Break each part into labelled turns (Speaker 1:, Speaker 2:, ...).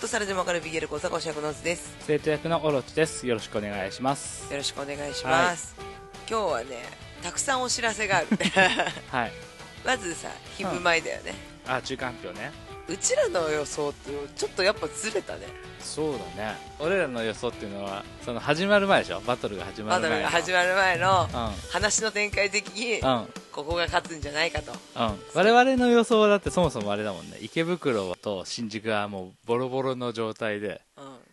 Speaker 1: トサルでもわかる BL 講座講師役の図です
Speaker 2: 生徒役のオロチですよろしくお願いします
Speaker 1: よろしくお願いします、今日はねたくさんお知らせ がある
Speaker 2: はい
Speaker 1: まずさヒブ前だよね、
Speaker 2: あ中間発表ね
Speaker 1: うちらの予想とちょっとやっぱずれたね
Speaker 2: そうだね俺らの予想っていうのはその始まる前でしょバトルが始ま
Speaker 1: バ
Speaker 2: る
Speaker 1: ト
Speaker 2: 前
Speaker 1: ル
Speaker 2: の
Speaker 1: が始まる前の
Speaker 2: うん
Speaker 1: 話の展開的に
Speaker 2: うんうん
Speaker 1: ここが勝つんじゃないかと
Speaker 2: 我々の予想はだってそもそもあれだもんね池袋と新宿はもうボロボロの状態で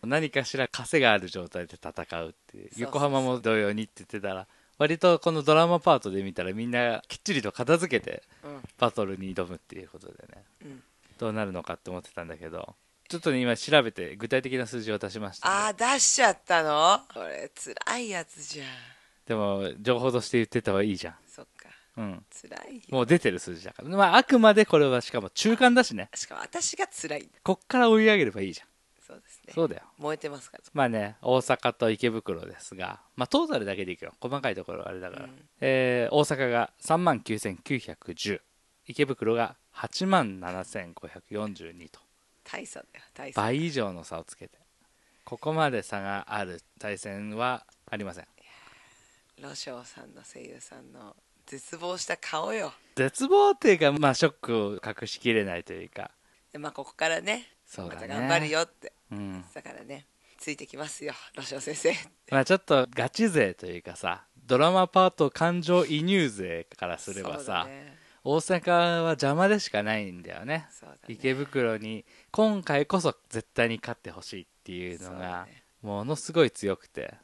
Speaker 1: うん
Speaker 2: 何かしら枷がある状態で戦うっていう
Speaker 1: そうそう
Speaker 2: 横浜も同様にって言ってたら割とこのドラマパートで見たらみんなきっちりと片付けて
Speaker 1: うん
Speaker 2: バトルに挑むっていうことでね
Speaker 1: うん
Speaker 2: どうなるのかって思ってたんだけどちょっとね今調べて具体的な数字を出しまし
Speaker 1: あ
Speaker 2: たね、
Speaker 1: ー出しちゃったのこれ辛いやつじゃん
Speaker 2: でも情報として言ってた方がいいじゃん
Speaker 1: そっか
Speaker 2: うん
Speaker 1: 辛いよ
Speaker 2: もう出てる数字だから、まあ、あくまでこれはしかも中間だしね
Speaker 1: しかも私が辛いんだ
Speaker 2: こっから追い上げればいいじゃん
Speaker 1: そうですね
Speaker 2: そうだよ
Speaker 1: 燃えてますから
Speaker 2: まあね大阪と池袋ですが、まあ、トータルだけでいくよ細かいところはあれだから、
Speaker 1: うん
Speaker 2: えー大阪が3万9910池袋が8万7542と
Speaker 1: 大差だよ大差
Speaker 2: 倍以上の差をつけてここまで差がある対戦はありません
Speaker 1: ロショウさんの声優さんの絶望した顔よ
Speaker 2: 絶望っていうか、まあ、ショックを隠しきれないというか
Speaker 1: でまあここからね
Speaker 2: そうだ
Speaker 1: ま
Speaker 2: ね
Speaker 1: た頑張るよって
Speaker 2: うん
Speaker 1: だからねついてきますよロショウ先生
Speaker 2: まあちょっとガチ勢というかさドラマパート感情移入勢からすれ
Speaker 1: そ
Speaker 2: ば
Speaker 1: うだ
Speaker 2: さ、
Speaker 1: ね
Speaker 2: 大阪は邪魔でしかないんだよね
Speaker 1: そうだね
Speaker 2: 池袋に今回こそ絶対に勝ってほしいっていうの
Speaker 1: そうだ
Speaker 2: が
Speaker 1: ね
Speaker 2: ものすごい強くて、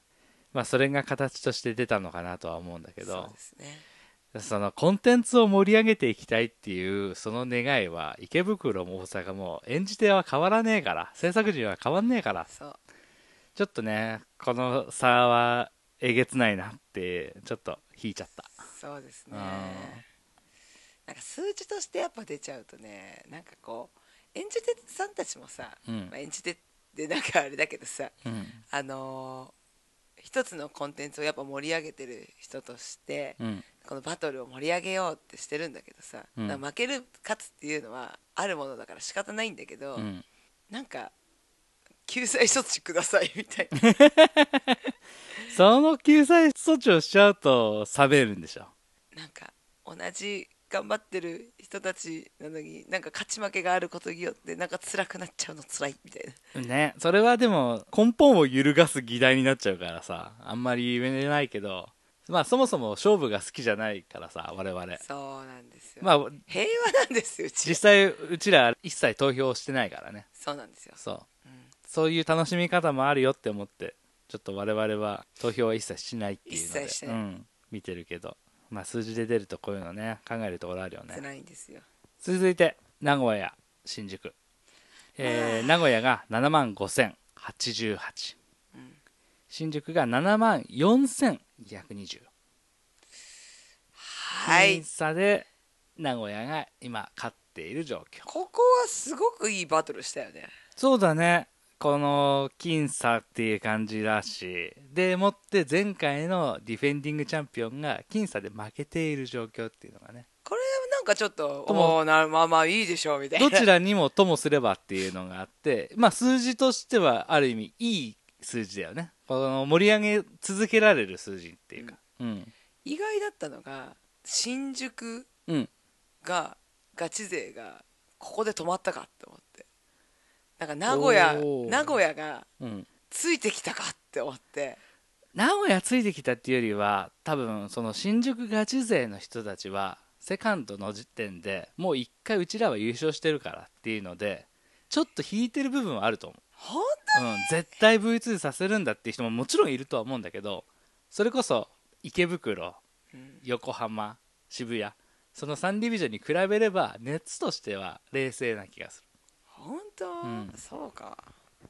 Speaker 2: まあ、それが形として出たのかなとは思うんだけ
Speaker 1: そう
Speaker 2: ど
Speaker 1: ですね
Speaker 2: そのコンテンツを盛り上げていきたいっていうその願いは池袋も大阪も演じ手は変わらねえから制作陣は変わんねえから
Speaker 1: そう
Speaker 2: ちょっとねこの差はえげつないなってちょっと引いちゃった
Speaker 1: そうですね
Speaker 2: うん
Speaker 1: なんか数字としてやっぱ出ちゃうとねなんかこう演じ手さんたちもさ、
Speaker 2: うん
Speaker 1: まあ、演じ手ってなんかあれだけどさ
Speaker 2: うん
Speaker 1: あのー一つのコンテンツをやっぱ盛り上げてる人として、
Speaker 2: うん
Speaker 1: このバトルを盛り上げようってしてるんだけどさ、
Speaker 2: うん
Speaker 1: なんか負ける勝つっていうのはあるものだから仕方ないんだけど、
Speaker 2: うん
Speaker 1: なんか救済措置くださいみたいな
Speaker 2: その救済措置をしちゃうと冷めるんでしょ
Speaker 1: なんか同じ頑張ってる人たちなのになんか勝ち負けがあることによってなんか辛くなっちゃうの辛いみたいな
Speaker 2: ねそれはでも根本を揺るがす議題になっちゃうからさあんまり言えないけどまあそもそも勝負が好きじゃないからさ我々
Speaker 1: そうなんですよ、
Speaker 2: まあ
Speaker 1: 平和なんですようち
Speaker 2: 実際うちら一切投票してないからね
Speaker 1: そうなんですよ、
Speaker 2: そ
Speaker 1: う
Speaker 2: う
Speaker 1: ん
Speaker 2: そういう楽しみ方もあるよって思ってちょっと我々は投票は一切しないっていうので
Speaker 1: 一切しない
Speaker 2: うん、見てるけど、まあ、数字で出るとこういうのね考えるところあるよね
Speaker 1: 辛いんですよ
Speaker 2: 続いて名古屋新宿、えー名古屋が7万5088、
Speaker 1: ん
Speaker 2: 新宿が7万4220
Speaker 1: はい
Speaker 2: 差で名古屋が今勝っている状況
Speaker 1: ここはすごくいいバトルしたよね
Speaker 2: そうだねこの僅差っていう感じだしでもって前回のディフェンディングチャンピオンが僅差で負けている状況っていうのがね
Speaker 1: これなんかちょっと
Speaker 2: とも
Speaker 1: おーなまあまあいいでしょうみたいな
Speaker 2: どちらにもともすればっていうのがあってまあ数字としてはある意味いい数字だよねこの盛り上げ続けられる数字っていうかうん
Speaker 1: 意外だったのが新宿
Speaker 2: うん
Speaker 1: がガチ勢がここで止まったかと思ってなんか名古屋
Speaker 2: おー
Speaker 1: 名古屋が
Speaker 2: うん
Speaker 1: ついてきたかって思って
Speaker 2: 名古屋ついてきたっていうよりは多分その新宿ガチ勢の人たちはセカンドの時点でもう一回うちらは優勝してるからっていうのでちょっと引いてる部分はあると思
Speaker 1: 本
Speaker 2: う、うん、絶対 V2 させるんだっていう人ももちろんいるとは思うんだけどそれこそ池袋
Speaker 1: 当、うん
Speaker 2: 横浜渋谷その3ディビジョンに比べれば熱としては冷静な気がする
Speaker 1: 本当、
Speaker 2: ん
Speaker 1: そうか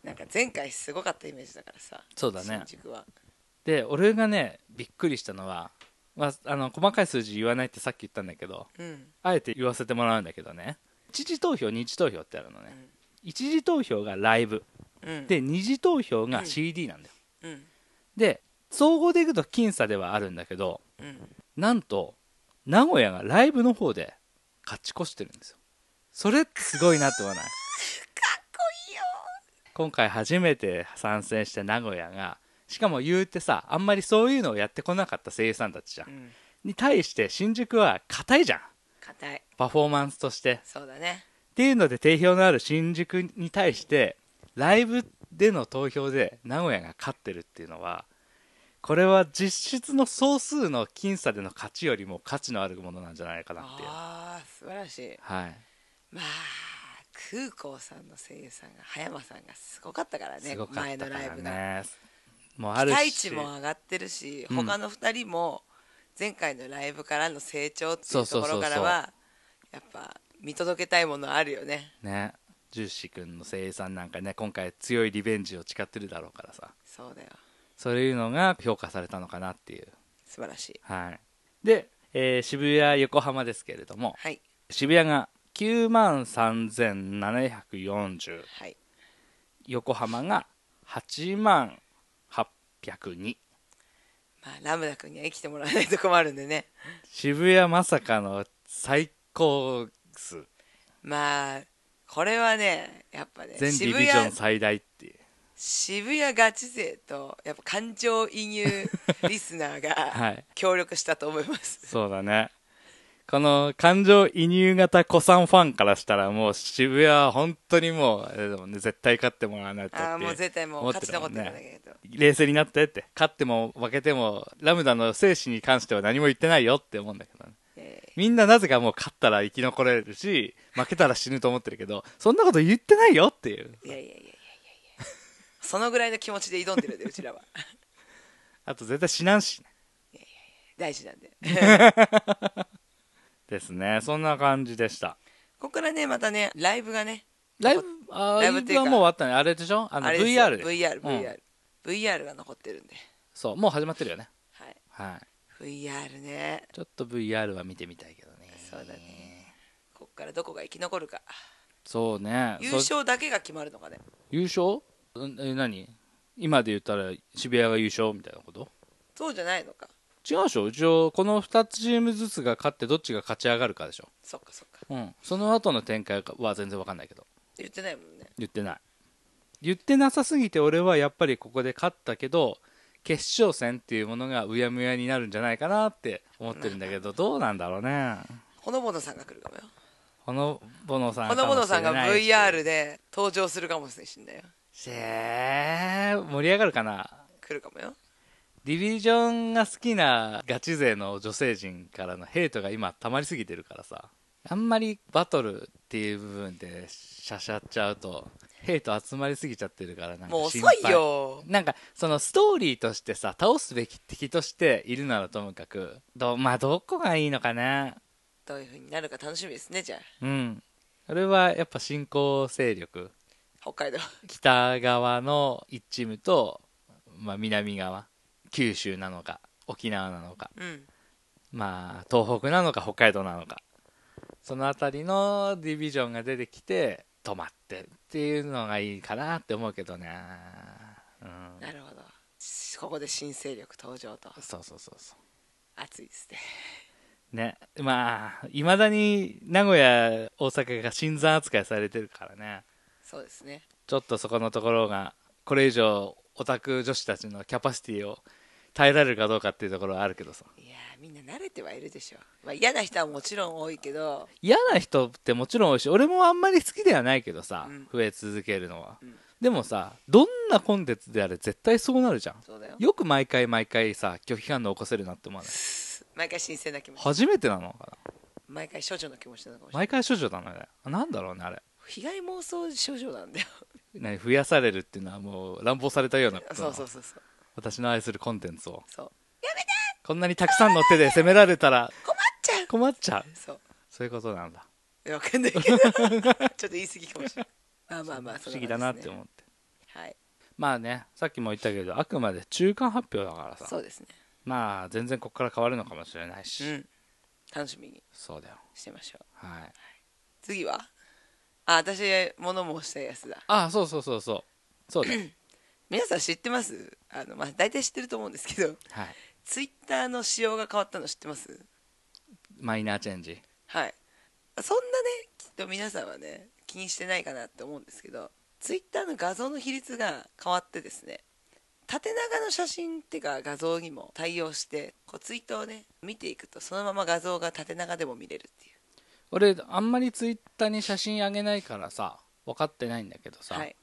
Speaker 1: なんか前回すごかったイメージだからさ
Speaker 2: そうだね
Speaker 1: 新宿は
Speaker 2: で俺がねびっくりしたのは、まあ、あの細かい数字言わないってさっき言ったんだけど
Speaker 1: うん
Speaker 2: あえて言わせてもらうんだけどね一次投票二次投票ってあるのね、
Speaker 1: うん
Speaker 2: 一次投票がライブ
Speaker 1: うん
Speaker 2: で二次投票が CD なんだよ、
Speaker 1: うん
Speaker 2: で総合でいくと僅差ではあるんだけど
Speaker 1: うん
Speaker 2: なんと名古屋がライブの方で勝ち越してるんですよそれってすごいなって思わないかっこいいよ今回初めて参戦した名古屋がしかも言うてさあんまりそういうのをやってこなかった声優さんたちじゃん、
Speaker 1: うん
Speaker 2: に対して新宿は硬いじゃん
Speaker 1: 硬い
Speaker 2: パフォーマンスとして
Speaker 1: そうだね
Speaker 2: っていうので定評のある新宿に対してライブでの投票で名古屋が勝ってるっていうのはこれは実質の総数の僅差での勝ちよりも価値のあるものなんじゃないかなっていう、
Speaker 1: ああ素晴らしい
Speaker 2: はい、
Speaker 1: まあ空港さんの声優さんが葉山さんがすごかったからね
Speaker 2: すごかっ
Speaker 1: 前
Speaker 2: た
Speaker 1: の
Speaker 2: から
Speaker 1: ライブが
Speaker 2: ねもう
Speaker 1: 期
Speaker 2: ある
Speaker 1: 待
Speaker 2: し
Speaker 1: 値も上がってるし、
Speaker 2: うん
Speaker 1: 他の2人も前回のライブからの成長って
Speaker 2: そ
Speaker 1: いうう
Speaker 2: そ
Speaker 1: と
Speaker 2: う
Speaker 1: こ
Speaker 2: そうそ
Speaker 1: ろ
Speaker 2: う
Speaker 1: からはやっぱ見届けたいものあるよね
Speaker 2: ねジューシー君の声優さんなんかね今回強いリベンジを誓ってるだろうからさ
Speaker 1: そうだよ
Speaker 2: そういうのが評価されたのかなっていう
Speaker 1: 素晴らしい
Speaker 2: はいで、えー渋谷横浜ですけれども
Speaker 1: はい
Speaker 2: 渋谷が9万3740
Speaker 1: はい
Speaker 2: 横浜が8万802
Speaker 1: まあラムダ君には生きてもらわないと困るんでね
Speaker 2: 渋谷まさかの最高数
Speaker 1: まあこれはねやっぱね
Speaker 2: 全ディ
Speaker 1: 渋
Speaker 2: ビジョ
Speaker 1: 谷
Speaker 2: ン最大っていう
Speaker 1: 渋谷ガチ勢とやっぱ感情移入リスナー
Speaker 2: は
Speaker 1: が
Speaker 2: い
Speaker 1: 協力したと思い ます、
Speaker 2: そうだね。この感情移入型子さんファンからしたらもう渋谷は本当にもう、えーでもね、絶対勝ってもらわないとってい
Speaker 1: ああもう絶対もう勝ち
Speaker 2: 思
Speaker 1: 残っ
Speaker 2: っ
Speaker 1: てて
Speaker 2: た
Speaker 1: くれなきゃ
Speaker 2: もん
Speaker 1: い
Speaker 2: ね
Speaker 1: けないと
Speaker 2: 冷静になってって勝っても負けてもラムダの生死に関しては何も言ってないよって思うんだけどね
Speaker 1: ええ
Speaker 2: みんななぜかもう勝ったら生き残れるし負けたら死ぬと思ってるけどそんなこと言ってないよっていう
Speaker 1: いやいやいやいやいやいやそのぐらいの気持ちで挑んでるんでうちらは
Speaker 2: あと絶対死なんし
Speaker 1: 大事なんで
Speaker 2: ですねそんな感じでした
Speaker 1: ここからねまたねライブがね
Speaker 2: ライブあー
Speaker 1: ライブっていうか
Speaker 2: はもう終わったねあれでしょあの
Speaker 1: あれですよ
Speaker 2: VR で
Speaker 1: VRVR、
Speaker 2: うん
Speaker 1: VR VR が残ってるんで、
Speaker 2: そうもう始まってるよね
Speaker 1: はい、
Speaker 2: はい
Speaker 1: VR ね
Speaker 2: ちょっと VR は見てみたいけどね
Speaker 1: そうだねここからどこが生き残るか
Speaker 2: そうね
Speaker 1: 優
Speaker 2: そ
Speaker 1: 勝だけが決まるのかね
Speaker 2: 優勝うんえ何今で言ったら渋谷が優勝みたいなこと
Speaker 1: そうじゃないのか
Speaker 2: 違うでしょ一応この2チームずつが勝ってどっちが勝ち上がるかでしょ
Speaker 1: そっかそっか
Speaker 2: うんその後の展開は全然わかんないけど
Speaker 1: 言ってないもんね
Speaker 2: 言ってない言ってなさすぎて俺はやっぱりここで勝ったけど決勝戦っていうものがうやむやになるんじゃないかなって思ってるん だけどどうなんだろうね
Speaker 1: ほのぼのさんが来るかもよ
Speaker 2: ほのぼのさん
Speaker 1: ほのぼのさんが
Speaker 2: かもしれないし
Speaker 1: VR で登場するかもしれないよ
Speaker 2: せー盛り上がるかな
Speaker 1: 来るかもよ
Speaker 2: ディビジョンが好きなガチ勢の女性陣からのヘイトが今溜まりすぎてるからさあんまりバトルっていう部分でしゃしゃっちゃうとヘイト集まりすぎちゃってるからなんか
Speaker 1: もう
Speaker 2: 心
Speaker 1: 遅
Speaker 2: 配
Speaker 1: いよ
Speaker 2: なんかそのストーリーとしてさ倒すべき敵としているならともかくどまあどこがいいのかな
Speaker 1: どういう風になるか楽しみですねじゃあ
Speaker 2: うんそれはやっぱ新興勢力
Speaker 1: 北海道
Speaker 2: 北側の1チームと、まあ、南側九州なのか沖縄なのか
Speaker 1: うん
Speaker 2: まあ東北なのか北海道なのかその辺りのディビジョンが出てきて止まってっていうのがいいかなって思うけどねうん
Speaker 1: なるほどここで新勢力登場と
Speaker 2: そうそうそうそ
Speaker 1: 熱いですね
Speaker 2: うねまあいまだに名古屋大阪が新山扱いされてるからね
Speaker 1: そうですね
Speaker 2: ちょっとそこのところがこれ以上オタク女子たちのキャパシティを耐えられるかどうかっていうところはあるけどさ
Speaker 1: いやーみんな慣れてはいるでしょまあ、嫌な人はもちろん多いけど
Speaker 2: 嫌な人ってもちろん多いし俺もあんまり好きではないけどさ、
Speaker 1: うん
Speaker 2: 増え続けるのは、
Speaker 1: うん
Speaker 2: でもさどんなコンテンツであれ絶対そうなるじゃん
Speaker 1: そうだよ
Speaker 2: よく毎回毎回さ拒否反応起こせるなって思わない
Speaker 1: 毎回新鮮な気持ち
Speaker 2: 初めてなのかな
Speaker 1: 毎回少女の気持ちなのかもしれない
Speaker 2: 毎回処女なのねあなんだろうねあれ
Speaker 1: 被害妄想少女なんだよ
Speaker 2: 何増やされるっていうのはもう乱暴されたようなことな
Speaker 1: そ
Speaker 2: の
Speaker 1: うそうそうそう
Speaker 2: 私の愛するコンテンツを
Speaker 1: そう
Speaker 2: こんなにたくさんの手で責められたら
Speaker 1: 困っちゃう
Speaker 2: 困っちゃう
Speaker 1: そう
Speaker 2: そういうことなんだ
Speaker 1: いやわかんない けどちょっと言い過ぎかもしれないまあまあまあ
Speaker 2: 不思議だなって
Speaker 1: う
Speaker 2: 思って
Speaker 1: はい
Speaker 2: まあねさっきも言ったけどあくまで中間発表だからさ
Speaker 1: そうですね
Speaker 2: まあ全然ここから変わるのかもしれないし、
Speaker 1: うん楽しみに
Speaker 2: そうだよ
Speaker 1: してましょう
Speaker 2: はい
Speaker 1: 次はあ私物申したいやつだ
Speaker 2: あそうそうそうそうそうだよ
Speaker 1: 皆さん知ってますあの、まあ、大体知ってると思うんですけど
Speaker 2: はい
Speaker 1: ツイッターの仕様が変わったの知ってます
Speaker 2: マイナーチェンジ
Speaker 1: はいそんなねきっと皆さんはね気にしてないかなって思うんですけどツイッターの画像の比率が変わってですね縦長の写真ってか画像にも対応してこうツイートをね見ていくとそのまま画像が縦長でも見れるっていう
Speaker 2: 俺あんまりツイッターに写真あげないからさ分かってないんだけどさ、
Speaker 1: はい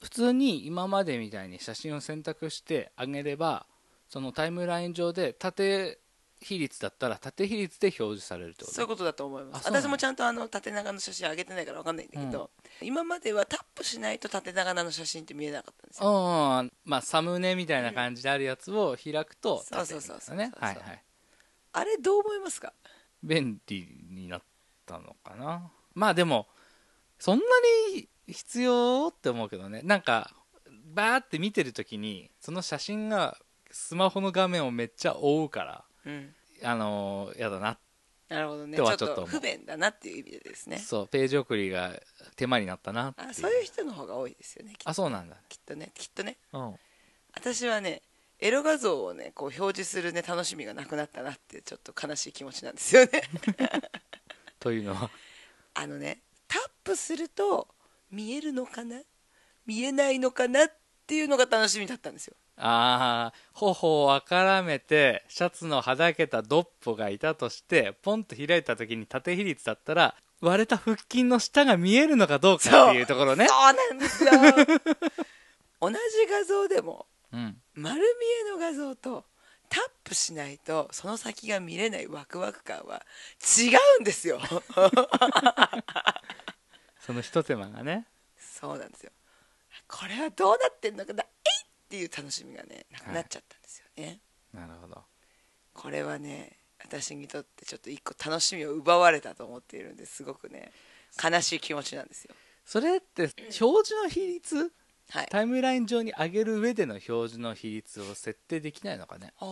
Speaker 2: 普通に今までみたいに写真を選択してあげればそのタイムライン上で縦比率だったら縦比率で表示されるってこと
Speaker 1: そういうことだと思います
Speaker 2: あそうなんだ
Speaker 1: 私もちゃんとあの縦長の写真上げてないから分かんないんだけど、今まではタップしないと縦長の写真って見えなかったんですよ
Speaker 2: うんうんまあサムネみたいな感じであるやつを開く
Speaker 1: う
Speaker 2: と
Speaker 1: ん
Speaker 2: 縦みたいなね
Speaker 1: そうそうそうそうそう
Speaker 2: はいはい
Speaker 1: あれどう思いますか
Speaker 2: 便利になったのかなまあでもそんなに必要って思うけどねなんかバーって見てる時にその写真がスマホの画面をめっちゃ覆うから
Speaker 1: うん
Speaker 2: あのーやだな
Speaker 1: なるほどねち
Speaker 2: と
Speaker 1: ょ
Speaker 2: は
Speaker 1: っ
Speaker 2: ちょっと
Speaker 1: と
Speaker 2: 思う
Speaker 1: 不便だなっていう意味でですね
Speaker 2: そうページ送りが手間になったなっていう
Speaker 1: あそういう人の方が多いですよねき
Speaker 2: あそうなんだ、
Speaker 1: きっとねきっとね
Speaker 2: うん、
Speaker 1: 私はねエロ画像をねこう表示するね楽しみがなくなったなってちょっと悲しい気持ちなんですよ ね
Speaker 2: というのは
Speaker 1: あのねタップすると見えるのかな見えないのかなっていうのが楽しみだったんですよ
Speaker 2: ああ頬をあからめてシャツのはだけたドッポがいたとしてポンと開いた時に縦比率だったら割れた腹筋の下が見えるのかどうかっていうところね
Speaker 1: そうなんですよ同じ画像でも
Speaker 2: うん
Speaker 1: 丸見えの画像とタップしないとその先が見れないワクワク感は違うんですよ
Speaker 2: そのひと手間がね
Speaker 1: そうなんですよこれはどうなってんのかなえいっていう楽しみがねなくなっちゃったんですよね、
Speaker 2: なるほど
Speaker 1: これはね私にとってちょっと一個楽しみを奪われたと思っているんですごくね悲しい気持ちなんですよ
Speaker 2: それって表示の比率
Speaker 1: はいあ
Speaker 2: タイムライン上に上げる上での表示の比率を設定できないのかね
Speaker 1: あ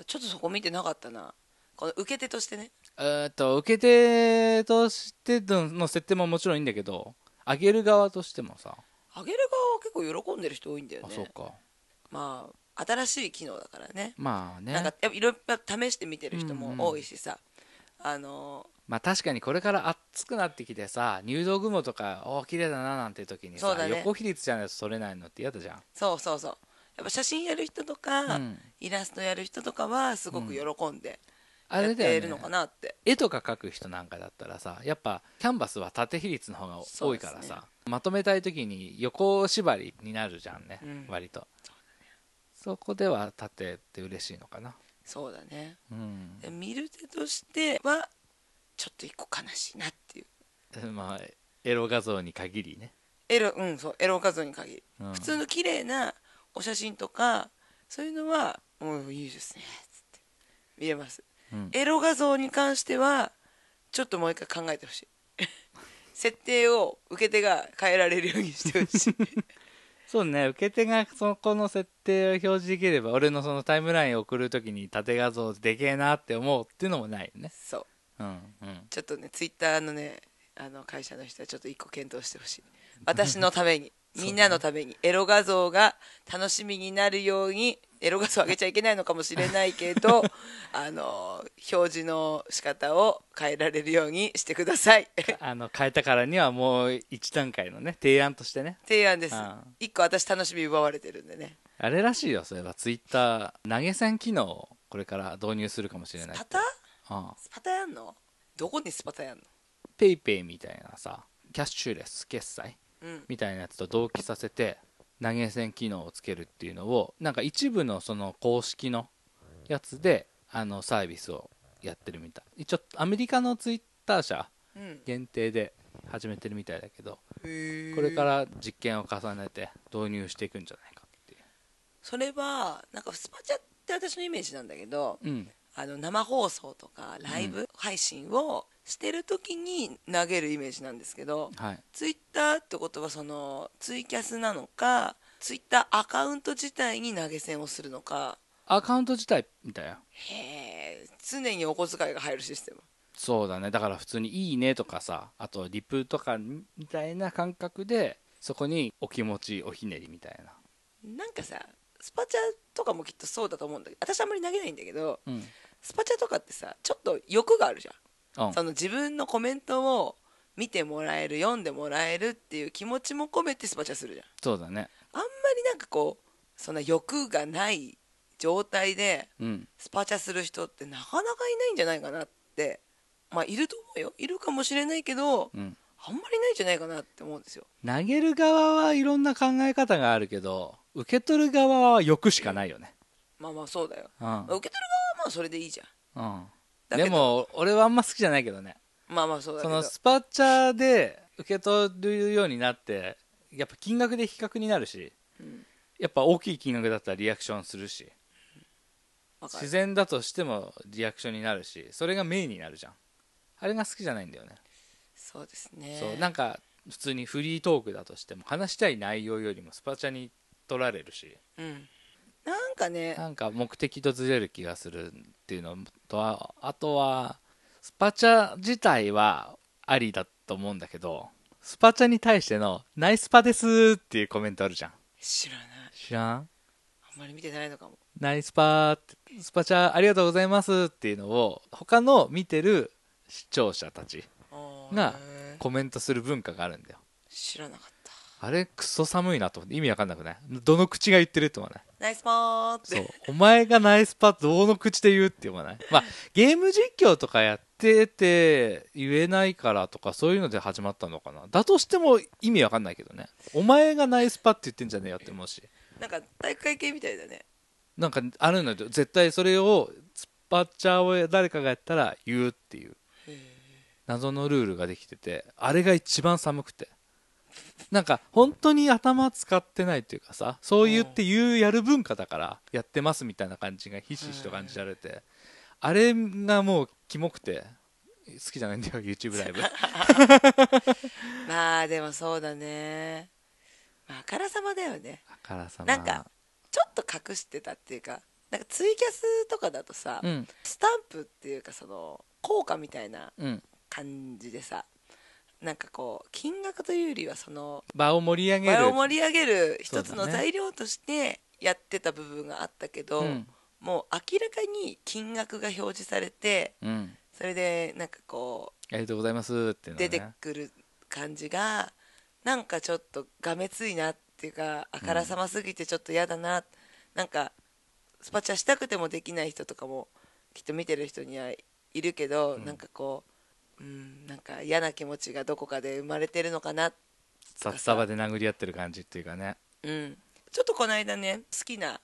Speaker 1: ーちょっとそこ見てなかったなこの受け手としてね
Speaker 2: えーっと受け手としての設定ももちろんいいんだけど上げる側としてもさ
Speaker 1: 上げる側は結構喜んでる人多いんだよ
Speaker 2: あ
Speaker 1: ね
Speaker 2: そうか
Speaker 1: まあ新しい機能だからね
Speaker 2: まあね
Speaker 1: なんかやっぱいろいろ試してみてる人
Speaker 2: うんうん
Speaker 1: も多いしさ、あの
Speaker 2: まあ確かにこれから暑くなってきてさ入道雲とかおー綺麗だななんて時に
Speaker 1: そ
Speaker 2: さ、
Speaker 1: うだね
Speaker 2: 横比率じゃないと取れないのって嫌だじゃん
Speaker 1: そうそうそうやっぱ写真やる人とか、
Speaker 2: うん
Speaker 1: イラストやる人とかはすごく喜んで
Speaker 2: あ
Speaker 1: やっ
Speaker 2: れだ
Speaker 1: て
Speaker 2: よ
Speaker 1: いるのか
Speaker 2: ね
Speaker 1: なって、
Speaker 2: 絵とか描く人なんかだったらさやっぱキャンバスは縦比率の方が
Speaker 1: そう
Speaker 2: 多い
Speaker 1: です
Speaker 2: か
Speaker 1: ね
Speaker 2: らさ、まとめたい時に横縛りになるじゃんね、
Speaker 1: うん
Speaker 2: 割とそこでは縦って嬉しいのかな
Speaker 1: そうだね
Speaker 2: うん
Speaker 1: で見る手としてはちょっと一個悲しいなっていう
Speaker 2: まあエロ画像に限りね、
Speaker 1: エロうんそうエロ画像に限り、
Speaker 2: うん
Speaker 1: 普通の綺麗なお写真とかそういうのはもういいですねつって見れます
Speaker 2: うん
Speaker 1: エロ画像に関してはちょっともう一回考えてほしい 設定を受け手が変えられるようにしてほ しい
Speaker 2: そうね受け手がそこの設定を表示できれば俺のそのタイムラインを送るときに縦画像でけえなって思うっていうのもないよね
Speaker 1: そう
Speaker 2: うんうん
Speaker 1: ちょっとねツイッターのねあの会社の人はちょっと一個検討してほしい私のため にみんなのためにエロ画像が楽しみになるようにエロ画像上げちゃいけないのかもしれないけど あの表示の仕方を変えられるようにしてください
Speaker 2: あの変えたからにはもう一段階のね提案としてね
Speaker 1: 提案です
Speaker 2: ああ
Speaker 1: 一個私楽しみ奪われてるんでね
Speaker 2: あれらしいよそういえばツイッター投げ銭機能をこれから導入するかもしれない
Speaker 1: パタ
Speaker 2: ああ
Speaker 1: スパタやんのどこにスパタやんの
Speaker 2: ペイペイみたいなさキャッシュレス決済
Speaker 1: うん
Speaker 2: みたいなやつと同期させて投げ銭機能をつけるっていうのをなんか一部のその公式のやつであのサービスをやってるみたい一応アメリカのツイッター社
Speaker 1: うん
Speaker 2: 限定で始めてるみたいだけど
Speaker 1: へえ
Speaker 2: これから実験を重ねて導入していくんじゃないかってい
Speaker 1: それはなんかスパチャって私のイメージなんだけど、
Speaker 2: ううん
Speaker 1: あの生放送とかライブ配信をしてる時に投げるイメージなんですけど、
Speaker 2: はい
Speaker 1: ツイッターってことはそのツイキャスなのかツイッターアカウント自体に投げ銭をするのか
Speaker 2: アカウント自体みたいな
Speaker 1: へえ常にお小遣いが入るシステム
Speaker 2: そうだねだから普通に「いいね」とかさあとリプとかみたいな感覚でそこにお気持ちおひねりみたいな
Speaker 1: なんかさスパチャとかもきっとそうだと思うんだけど私あんまり投げないんだけど
Speaker 2: うん
Speaker 1: スパチャとかってさちょっと欲があるじゃん
Speaker 2: うん
Speaker 1: その自分のコメントを見てもらえる読んでもらえるっていう気持ちも込めてスパチャするじゃん
Speaker 2: そうだね
Speaker 1: あんまりなんかこうそんな欲がない状態で
Speaker 2: うん
Speaker 1: スパチャする人ってなかなかいないんじゃないかなってまあいると思うよいるかもしれないけど
Speaker 2: うん
Speaker 1: あんまりないんじゃないかなって思うんですよ
Speaker 2: 投げる側はいろんな考え方があるけど受け取る側は欲しかないよね
Speaker 1: まあまあそうだよ
Speaker 2: うん
Speaker 1: 受け取る側はまあそれでいいじゃん
Speaker 2: うん
Speaker 1: だけど
Speaker 2: でも俺はあんま好きじゃないけどね
Speaker 1: まあまあそうだけ
Speaker 2: そ
Speaker 1: ど
Speaker 2: のスパチャで受け取るようになってやっぱ金額で比較になるし
Speaker 1: うん
Speaker 2: やっぱ大きい金額だったらリアクションするし
Speaker 1: わか
Speaker 2: 自
Speaker 1: る
Speaker 2: 然だとしてもリアクションになるしそれがメインになるじゃんあれが好きじゃないんだよね、
Speaker 1: そうですね
Speaker 2: そうなんか普通にフリートークだとしても話したい内容よりもスパチャに取られるし
Speaker 1: うんなんかね
Speaker 2: なんか目的とずれる気がするっていうのとはあとはスパチャ自体はありだと思うんだけどスパチャに対しての「ナイスパです」っていうコメントあるじゃん
Speaker 1: 知らない
Speaker 2: 知らん
Speaker 1: あんまり見てないのかも
Speaker 2: ナイスパーってスパチャありがとうございますっていうのを他の見てる視聴者たち
Speaker 1: あー
Speaker 2: が
Speaker 1: へー
Speaker 2: コメントする文化があるんだよ
Speaker 1: 知らなかった
Speaker 2: あれクソ寒いなと思って意味わかんなくないどの口が言ってるって思わない
Speaker 1: ナイスパーって
Speaker 2: そうお前がナイスパどの口で言うって思わないまあゲーム実況とかやってて言えないからとかそういうので始まったのかなだとしても意味わかんないけどねお前がナイスパって言ってんじゃねえよって思うし
Speaker 1: なんか体育会系みたいだね
Speaker 2: なんかあるのよ絶対それをスパチャを誰かがやったら言うっていう謎のルールができててあれが一番寒くてなんか本当に頭使ってないというかさそう言って言うやる文化だからやってますみたいな感じがひしひしと感じられてあれがもうキモくて好きじゃないんだよ YouTube ライブ
Speaker 1: まあでもそうだねまああからさまだよね
Speaker 2: あからさま
Speaker 1: なんかちょっと隠してたっていうかなんかツイキャスとかだとさ、
Speaker 2: うん
Speaker 1: スタンプっていうかその効果みたいな
Speaker 2: うん
Speaker 1: 感じでさなんかこう金額というよりはその
Speaker 2: 場を盛り上げる
Speaker 1: 場を盛り上げる一つ
Speaker 2: そう
Speaker 1: の
Speaker 2: だね
Speaker 1: 材料としてやってた部分があったけど、
Speaker 2: うん
Speaker 1: もう明らかに金額が表示されて
Speaker 2: うん
Speaker 1: それでなんかこ
Speaker 2: ありがとうございますってい
Speaker 1: う
Speaker 2: うのは
Speaker 1: 出
Speaker 2: ね
Speaker 1: てくる感じがなんかちょっとがめついなっていうかあからさますぎてちょっと嫌だな、なんかスパチャしたくてもできない人とかもきっと見てる人にはいるけど、なんかこう、うん、なんか嫌な気持ちがどこかで生まれてるのかなって
Speaker 2: 札束で殴り合ってる感じっていうかね
Speaker 1: うん、ちょっとこの間ね好きな、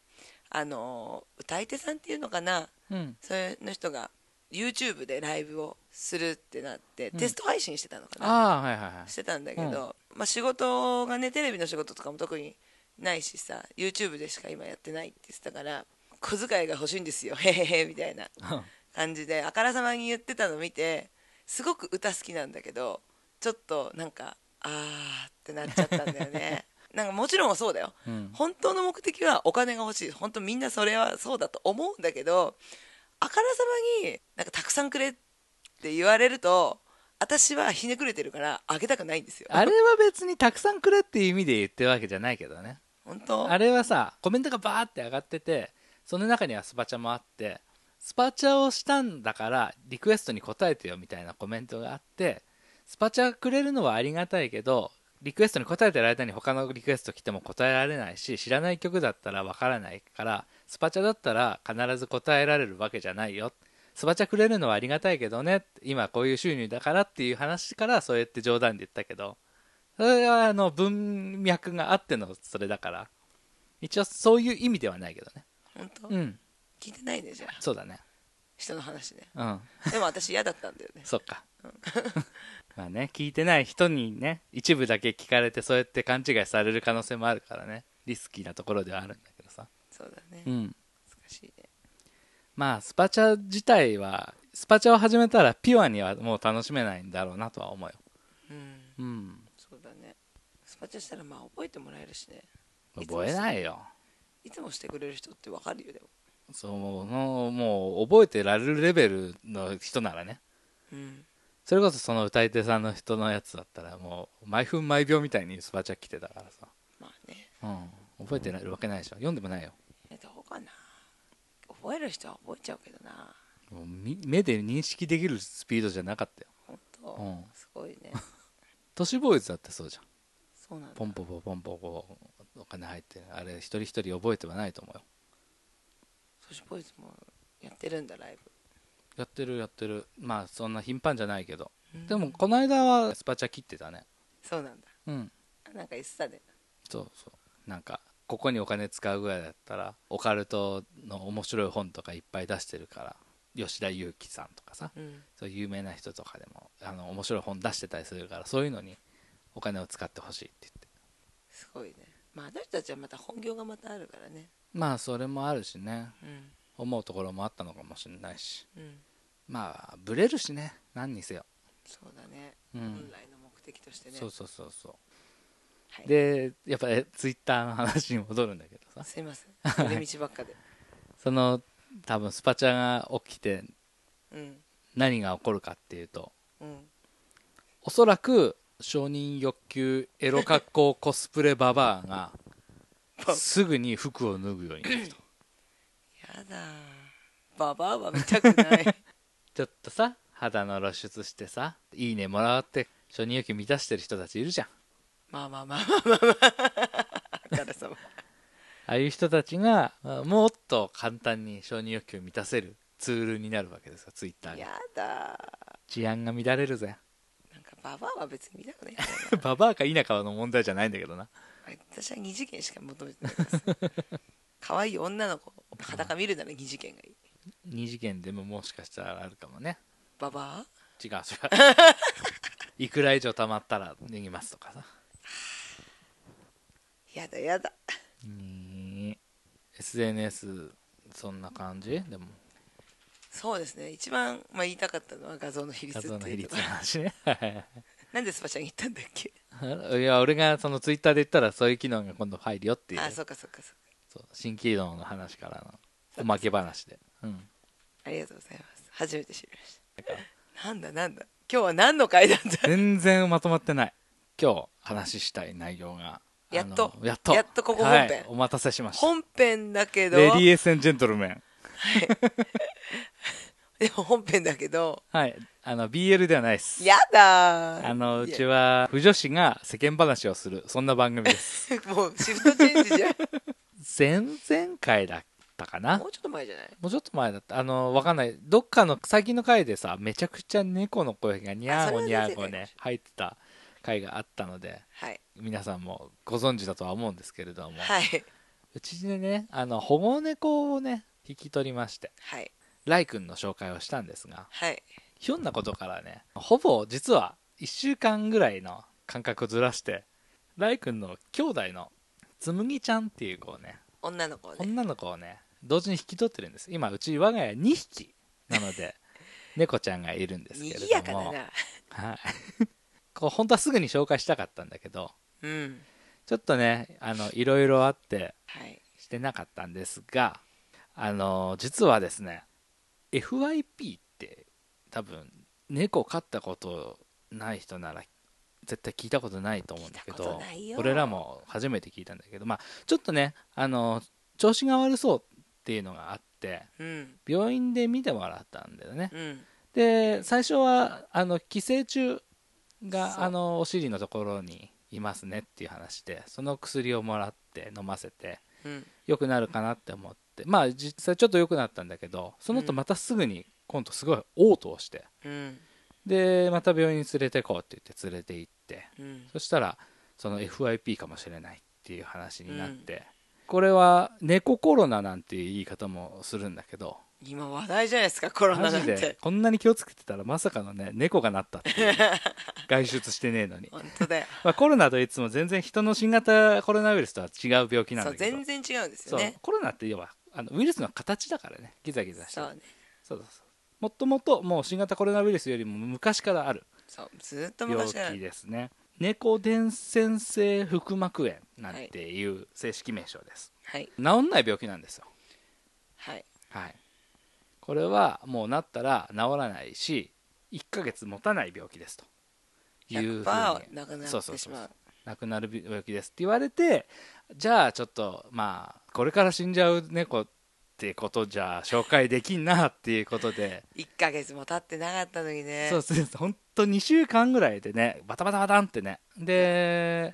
Speaker 1: あのー歌い手さんっていうのかな
Speaker 2: うん
Speaker 1: それの人が YouTube でライブをするってなって、テスト配信してたのかな
Speaker 2: ああはいはいはい
Speaker 1: してたんだけど、まあ、仕事がねテレビの仕事とかも特にないしさ YouTube でしか今やってないって言ってたから小遣いが欲しいんですよへへへみたいな 感じであからさまに言ってたの見てすごく歌好きなんだけどちょっとなんかあーってなっちゃったんだよねなんかもちろんそうだよ、
Speaker 2: うん
Speaker 1: 本当の目的はお金が欲しい本当みんなそれはそうだと思うんだけどあからさまになんかたくさんくれって言われると私はひねくれてるからあげたくないんですよ
Speaker 2: あれは別にたくさんくれっていう意味で言ってるわけじゃないけどね
Speaker 1: 本当
Speaker 2: あれはさコメントがバーって上がっててその中にはスパチャもあってスパチャをしたんだからリクエストに答えてよみたいなコメントがあってスパチャくれるのはありがたいけどリクエストに答えてる間に他のリクエスト来ても答えられないし知らない曲だったらわからないからスパチャだったら必ず答えられるわけじゃないよスパチャくれるのはありがたいけどね今こういう収入だからっていう話からそうやって冗談で言ったけどそれはあの文脈があってのそれだから一応そういう意味ではないけどね
Speaker 1: 本当、
Speaker 2: うん
Speaker 1: 聞いてないねじゃあ
Speaker 2: そうだね
Speaker 1: 人の話ね
Speaker 2: うん
Speaker 1: でも私嫌だったんだよね
Speaker 2: そっか まあね聞いてない人にね一部だけ聞かれてそうやって勘違いされる可能性もあるからねリスキーなところではあるんだけどさ
Speaker 1: そうだね、
Speaker 2: うん
Speaker 1: 難しいね
Speaker 2: まあスパチャ自体はスパチャを始めたらピュアにはもう楽しめないんだろうなとは思うよ
Speaker 1: うん
Speaker 2: うん
Speaker 1: そうだねスパチャしたらまあ覚えてもらえるしね
Speaker 2: 覚えないよ
Speaker 1: いつもしてくれる人ってわかるよでも
Speaker 2: そのもう覚えてられるレベルの人ならね
Speaker 1: うん
Speaker 2: それこそその歌い手さんの人のやつだったらもう毎分毎秒みたいにスパチャ来てたからさ
Speaker 1: まあね
Speaker 2: うん、覚えてるわけないでしょ読んでもないよ
Speaker 1: えどうかな覚える人は覚えちゃうけどな
Speaker 2: もうみ目で認識できるスピードじゃなかったよ
Speaker 1: 本当、
Speaker 2: うん
Speaker 1: すごいね
Speaker 2: 都市ボーイズだってそうじゃん
Speaker 1: そうなんだ
Speaker 2: ポンポポポンポこうお金入ってるあれ一人一人覚えてはないと思うよ
Speaker 1: ソシボーイズもやってるんだライ
Speaker 2: やってるやってるまあそんな頻繁じゃないけど
Speaker 1: ブ
Speaker 2: でもこの間はスパチャ切ってたね
Speaker 1: そうなんだ
Speaker 2: うん
Speaker 1: なんか言ってたね
Speaker 2: そうそうなんかここにお金使うぐらいだったらオカルトの面白い本とかいっぱい出してるから吉田裕樹さんとかさ
Speaker 1: うん
Speaker 2: そういう有名な人とかでもあの面白い本出してたりするからそういうのにお金を使ってほしいって言って
Speaker 1: すごいねまああの人たちはまた本業がまたあるからね
Speaker 2: まあそれもあるしね
Speaker 1: うん
Speaker 2: 思うところもあったのかもしれないし
Speaker 1: うん
Speaker 2: まあブレるしね何にせよ、
Speaker 1: そうだね、
Speaker 2: うん
Speaker 1: 本来の目的としてね
Speaker 2: そうそうそうそう、
Speaker 1: はい、
Speaker 2: でやっぱりツイッターの話に戻るんだけどさ
Speaker 1: すいません寄り道ばっかで
Speaker 2: その多分スパチャが起きて
Speaker 1: うん
Speaker 2: 何が起こるかっていうと
Speaker 1: うん
Speaker 2: おそらく承認欲求エロ格好コスプレババアがすぐに服を脱ぐようになると
Speaker 1: やだーババアは見たくない
Speaker 2: ちょっとさ肌の露出してさいいねもらって承認欲求満たしてる人たちいるじゃん
Speaker 1: まあまあまあまあまあまああからさま
Speaker 2: ああいう人たちがあもっと簡単に承認欲求を満たせるツールになるわけですよツイッターが
Speaker 1: やだ
Speaker 2: 治安が乱れるぜ
Speaker 1: ーなんかババアは別に見たくない
Speaker 2: ババアか否かの問題じゃないんだけどな
Speaker 1: あれ私は二次元しか求めてないです可愛い女の子裸見るなら二次元がいい
Speaker 2: 二次元でももしかしたらあるかもね
Speaker 1: ババア
Speaker 2: 違う違ういくら以上貯まったら脱ぎますとかさ
Speaker 1: やだやだ
Speaker 2: うーん SNS そんな感じでも
Speaker 1: そうですね一番、まあ、言いたかったのは画像の比率
Speaker 2: 画
Speaker 1: っていう
Speaker 2: 像の比率
Speaker 1: と
Speaker 2: の
Speaker 1: こ
Speaker 2: 話ねはいはいはい
Speaker 1: なんでスパちゃん言ったんだっけ
Speaker 2: い や俺がそのツイッターで言ったらそういう機能が今度入るよっていう
Speaker 1: あそっかそっかそっか
Speaker 2: そう新機能の話からのおまけ話で、うん、
Speaker 1: ありがとうございます初めて知りましたなんだなんだ今日は何の回だった
Speaker 2: 全然まとまってない今日話したい内容が
Speaker 1: やっと
Speaker 2: あのやっと
Speaker 1: やっとここ本編
Speaker 2: はいお待たせしました
Speaker 1: 本編だけど
Speaker 2: レディースジェントルメン
Speaker 1: でも本編だけど
Speaker 2: はいあの BL ではないです
Speaker 1: やだー
Speaker 2: あのうち
Speaker 1: は
Speaker 2: は腐女子が世間話をするそんな番組です
Speaker 1: もうシフトチェンジじゃん
Speaker 2: 前々回だったかな
Speaker 1: もうちょっと前じゃない
Speaker 2: もうちょっと前だったあのわかんないどっかの最近の回でさめちゃくちゃ猫の声がにゃーご
Speaker 1: あそ
Speaker 2: に
Speaker 1: れは
Speaker 2: ゃ
Speaker 1: 出
Speaker 2: ー
Speaker 1: て
Speaker 2: ご
Speaker 1: ない
Speaker 2: ね入ってた回があったので
Speaker 1: はい
Speaker 2: 皆さんもご存知だとは思うんですけれども、
Speaker 1: はい、
Speaker 2: うちでねあの保護猫をね引き取りまして
Speaker 1: はい、
Speaker 2: ライ君の紹介をしたんですが
Speaker 1: はい、
Speaker 2: ひょんなことからねほぼ実は1週間ぐらいの間隔をずらしてライ君の兄弟のつむぎちゃんっていう子をね
Speaker 1: 女の子ね。
Speaker 2: 女の子をね同時に引き取ってるんです今うち我が家2匹なの で猫ちゃんがいるんですけれども
Speaker 1: 賑やかだな。
Speaker 2: はい、こう本当はすぐに紹介したかったんだけど
Speaker 1: うん。
Speaker 2: ちょっとねあのいろいろあって
Speaker 1: はい。
Speaker 2: してなかったんですがあの実はですね FYP って多分猫飼ったことない人なら絶対聞いたことないと思うんだけ
Speaker 1: 聞いたこ
Speaker 2: ど
Speaker 1: とないよ
Speaker 2: 俺らも初めて聞いたんだけどまあちょっとねあの調子が悪そうっていうのがあって
Speaker 1: うん。
Speaker 2: 病院で見てもらったんだよね
Speaker 1: うん。
Speaker 2: で最初はあの寄生虫
Speaker 1: そ
Speaker 2: が
Speaker 1: う
Speaker 2: あのお尻のところにいますねっていう話でその薬をもらって飲ませて
Speaker 1: うん。
Speaker 2: 良くなるかなって思ってまあ実際ちょっと良くなったんだけどその後またすぐに今度すごい嘔吐をして
Speaker 1: うん。
Speaker 2: でまた病院に連れてこうって言って連れて行って
Speaker 1: うん。
Speaker 2: そしたらその FIP かもしれないっていう話になって、これは猫コロナなんていう言い方もするんだけど
Speaker 1: 今話題じゃないですか、コロ
Speaker 2: マ
Speaker 1: ナな
Speaker 2: ジ
Speaker 1: ん
Speaker 2: で
Speaker 1: て。
Speaker 2: こんなに気をつけてたらまさかのね猫がなったっていう 外出してねえのに、
Speaker 1: 本当だよ。
Speaker 2: まあ、コロナといつも全然人の新型コロナウイルスとは違う病気なん
Speaker 1: そ
Speaker 2: だ
Speaker 1: う、
Speaker 2: けど
Speaker 1: 全然違うんです
Speaker 2: そ
Speaker 1: よ
Speaker 2: う
Speaker 1: ね。
Speaker 2: コロナって要はあのウイルスの形だからねギザギザして
Speaker 1: そ
Speaker 2: る
Speaker 1: うね。
Speaker 2: そうそうそうもっともともう新型コロナウイルスよりも昔からある
Speaker 1: そう、ずっと
Speaker 2: 病
Speaker 1: 昔から
Speaker 2: 気。ですね猫伝染性腹膜炎なんていう正式名称です、
Speaker 1: はい。
Speaker 2: 治んない病気なんですよ
Speaker 1: はい。
Speaker 2: はいこれはもうなったら治らないし1ヶ月持たない病気ですというふうに
Speaker 1: 100%はなくな
Speaker 2: そう
Speaker 1: っ
Speaker 2: そう
Speaker 1: てし
Speaker 2: そう
Speaker 1: まう。
Speaker 2: 亡くなる病気ですって言われてじゃあちょっとまあこれから死んじゃう猫ってことじゃ紹介できんなっていうことで
Speaker 1: 1ヶ月も経ってなかったのにね
Speaker 2: そう。そうそう本と2週間ぐらいでねバタバタバタンってねで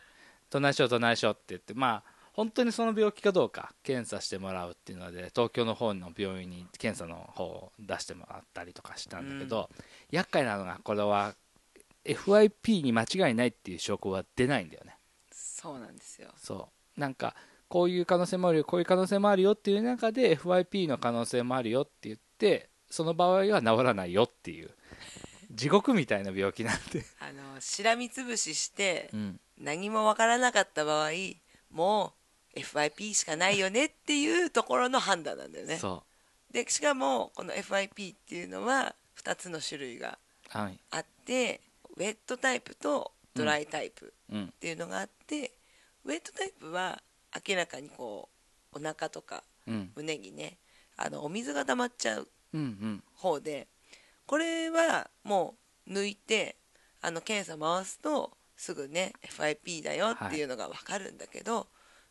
Speaker 2: どないしようどないしようって言ってまあ本当にその病気かどうか検査してもらうっていうので東京の方の病院に検査の方を出してもらったりとかしたんだけど、厄介なのがこれは FYP に間違いないっていう証拠は出ないんだよね
Speaker 1: そうなんですよ
Speaker 2: そうなんかこういう可能性もあるよこういう可能性もあるよっていう中で FYP の可能性もあるよって言ってその場合は治らないよっていう地獄みたいな病気なん で、
Speaker 1: あのしらみつぶしして何もわからなかった場合もう FIP しかないよねっていうところの判断なんだよね
Speaker 2: そ
Speaker 1: でしかもこの FIP っていうのは2つの種類が
Speaker 2: うはい
Speaker 1: あってウェットタイプとドライタイプ
Speaker 2: うん
Speaker 1: っていうのがあって、ウェットタイプは明らかにこうお腹とか
Speaker 2: うん
Speaker 1: 胸にねあのお水が溜まっちゃう
Speaker 2: うんうん
Speaker 1: 方でこれはもう抜いてあの検査回すとすぐね FIP だよっていうのが分かるんだけど、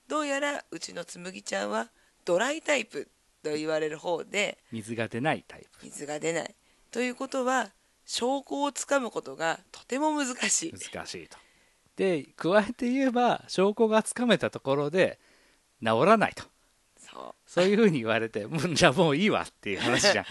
Speaker 1: どうやらうちのつむぎちゃんはドライタイプと言われる方で
Speaker 2: 水が出ないタイ
Speaker 1: 水が出ないということは証拠をつかむことがとても難しい
Speaker 2: プ難しいとで加えて言えば証拠がつかめたところで治らないと
Speaker 1: そ
Speaker 2: そういうふうに言われてもうじゃあもういいわっていう話じゃん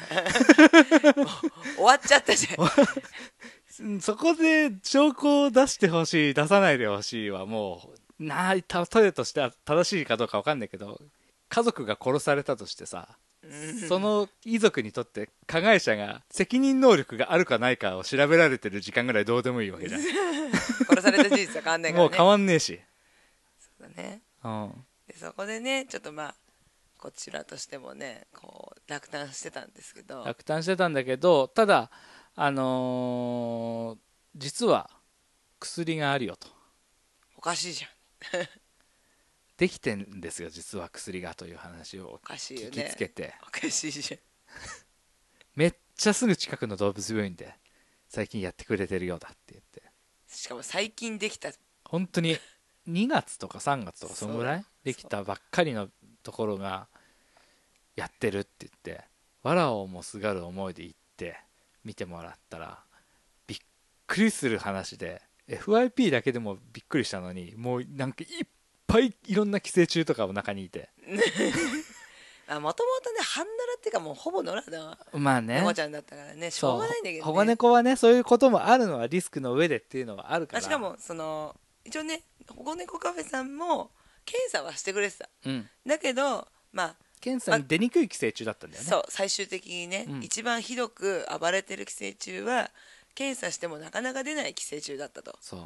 Speaker 1: う終わっちゃったじゃん
Speaker 2: うんそこで証拠を出してほしい出さないでほしいはもうなあ例えとしては正しいかどうか分かんないけど家族が殺されたとしてさその遺族にとって加害者が責任能力があるかないかを調べられてる時間ぐらいどうでもいいわけじゃん、
Speaker 1: 殺された事実は変わんないか
Speaker 2: も
Speaker 1: ら
Speaker 2: う
Speaker 1: ね
Speaker 2: 変わんねえし、
Speaker 1: そうだね
Speaker 2: うん、
Speaker 1: でそこでねちょっとまあこちらとしてもねこう落胆してたんですけど
Speaker 2: 落胆してたんだけどただあのー実は薬があるよと
Speaker 1: おかしいじゃん
Speaker 2: できてんですよ実は薬がという話を
Speaker 1: おかしいよ
Speaker 2: 聞
Speaker 1: ね
Speaker 2: きつけて、
Speaker 1: おかしいじ
Speaker 2: めっちゃすぐ近くの動物病院で最近やってくれてるようだって言って
Speaker 1: ゃんしかも最近できた
Speaker 2: 本当に2月とか3月とか
Speaker 1: そ
Speaker 2: そうのぐらいできたばっかりのところがやってるって言ってわらをもすがる思いで行って見てもらったらびっくりする話で FYP だけでもびっくりしたのにもうなんかいっぱいいろんな寄生虫とかお腹にいて
Speaker 1: あもともとね半ナラっていうかもうほぼ野良だ
Speaker 2: まあね
Speaker 1: 猫ちゃんだったからねしょうがないんだけど、ね、
Speaker 2: 保護猫はねそういうこともあるのはリスクの上でっていうのはある
Speaker 1: あ
Speaker 2: から
Speaker 1: しかもその一応ね保護猫カフェさんも検査はしてくれてた
Speaker 2: うん
Speaker 1: だけどまあ
Speaker 2: 検査に出にくい寄生虫だったんだよね、
Speaker 1: そう最終的にね、
Speaker 2: うん
Speaker 1: 一番ひどく暴れてる寄生虫は検査してもなかなか出ない寄生虫だったと
Speaker 2: そう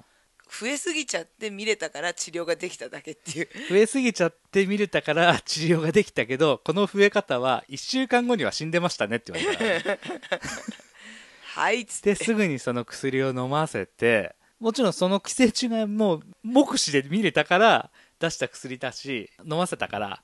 Speaker 1: 増えすぎちゃって見れたから治療ができただけって いう
Speaker 2: 増えすぎちゃって見れたから治療ができたけどこの増え方は1週間後には死んでましたねって言われ たからね
Speaker 1: はいっつって
Speaker 2: ですぐにその薬を飲ませてもちろんその寄生虫がもう目視で見れたから出した薬だし飲ませたから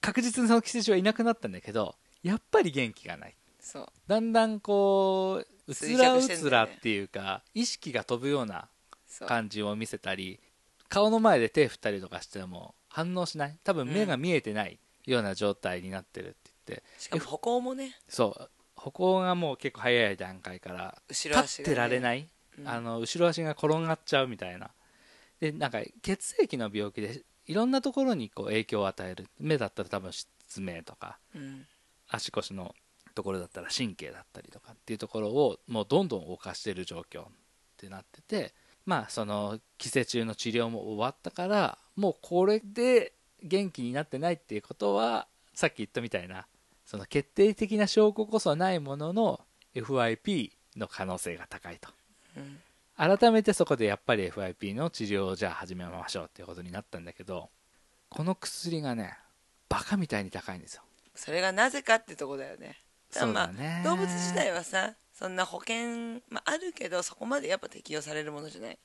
Speaker 2: 確実にその寄生虫はいなくなったんだけどやっぱり元気がない
Speaker 1: そう
Speaker 2: だんだんこううつ
Speaker 1: 衰
Speaker 2: らう
Speaker 1: 弱してんだよね
Speaker 2: つらっていうか、意識が飛ぶような
Speaker 1: そう
Speaker 2: 感じを見せたり顔の前で手振ったりとかしても反応しない多分目が見えてないような状態になってるって言って、
Speaker 1: しかも歩行もね
Speaker 2: そう歩行がもう結構早い段階から
Speaker 1: 後ろ
Speaker 2: 立
Speaker 1: 足
Speaker 2: っ
Speaker 1: が、
Speaker 2: て
Speaker 1: ね、
Speaker 2: られ
Speaker 1: い
Speaker 2: ない、
Speaker 1: うん
Speaker 2: あの後ろ足が転がっちゃうみたいなでなんか血液の病気でいろんなところにこう影響を与える目だったら多分失明とか
Speaker 1: うん
Speaker 2: 足腰のところだったら神経だったりとかっていうところをもうどんどん動かしてる状況ってなっててまあその寄生虫の治療も終わったからもうこれで元気になってないっていうことはさっき言ったみたいなその決定的な証拠こそないものの FIP の可能性が高いと
Speaker 1: うん
Speaker 2: 改めてそこでやっぱり FIP の治療をじゃあ始めましょうっていうことになったんだけどこの薬がねバカみたいに高いんですよ
Speaker 1: それがなぜかってとこだよねただまあ
Speaker 2: そうだね
Speaker 1: 動物自体はさそんな保険、まあ、あるけどそこまでやっぱ適用されるものじゃない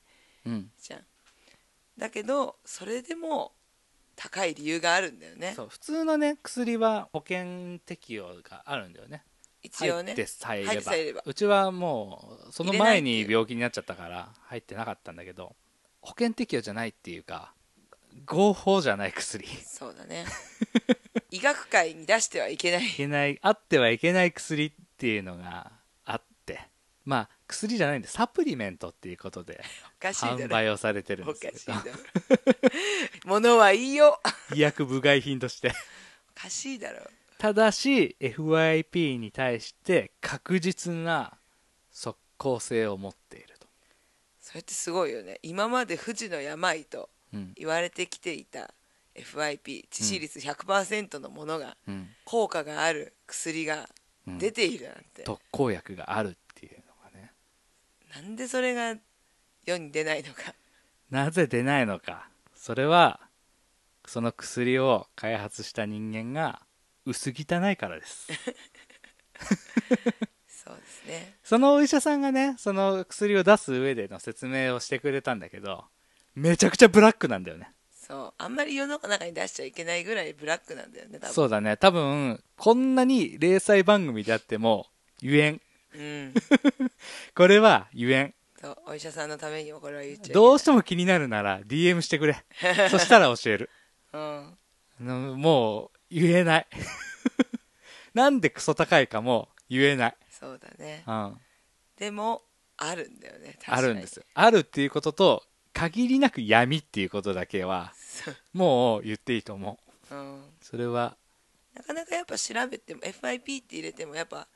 Speaker 2: うん
Speaker 1: じゃんだけどそれでも高い理由があるんだよね
Speaker 2: そう普通のね薬は保険適用があるんだよね
Speaker 1: 一応ね
Speaker 2: 入ってさえいれ
Speaker 1: 入って
Speaker 2: ば
Speaker 1: さえいれば
Speaker 2: うちはもうその前に病気になっちゃったから入ってなかったんだけど保険適用じゃないっていうか合法じゃない薬い
Speaker 1: そうだね 医学界 に出してはいけない
Speaker 2: けないあってはいけない薬っていうのがあってまあ薬じゃないんでサプリメントっていうことで
Speaker 1: おかしい
Speaker 2: 販
Speaker 1: だろ
Speaker 2: 売をされてるん
Speaker 1: お
Speaker 2: で
Speaker 1: か
Speaker 2: す
Speaker 1: し
Speaker 2: け
Speaker 1: いだ
Speaker 2: ど
Speaker 1: ろ 物はいいよ
Speaker 2: 医薬部外品として
Speaker 1: おかしいだろ
Speaker 2: ただし FYP に対して確実な即効性を持っていると、
Speaker 1: それってすごいよね今まで富士の病と
Speaker 2: うん
Speaker 1: 言われてきていた FIP 致死率100%のものが、
Speaker 2: うん、
Speaker 1: 効果がある薬が
Speaker 2: うん
Speaker 1: 出ているなんて、
Speaker 2: 特効薬があるっていうのがね
Speaker 1: なんでそれが世に出ないのか
Speaker 2: なぜ出ないのかそれはその薬を開発した人間が薄汚いからです
Speaker 1: そうですね
Speaker 2: そのお医者さんがねその薬を出す上での説明をしてくれたんだけどめちゃくちゃブラックなんだよね
Speaker 1: そうあんまり世の中に出しちゃいけないぐらいブラックなんだよね多分
Speaker 2: そうだね多分こんなに零細番組であってもゆえん
Speaker 1: う,、ん、
Speaker 2: これはゆえん
Speaker 1: そうお医者さんのためにもこれは言っちゃいけない
Speaker 2: どうしても気になるなら DM して くれそしたら教える
Speaker 1: うん、
Speaker 2: あのもう言えない なんでクソ高いかも言えない、
Speaker 1: そうだね
Speaker 2: うん、あ
Speaker 1: でもあるんだよね確かに
Speaker 2: るんですよあるっていうことと限りなく闇っていうことだけは
Speaker 1: そう
Speaker 2: もう言っていいと思う
Speaker 1: うん、
Speaker 2: それは
Speaker 1: なかなかやっぱ調べても FIP って入れてもやっぱ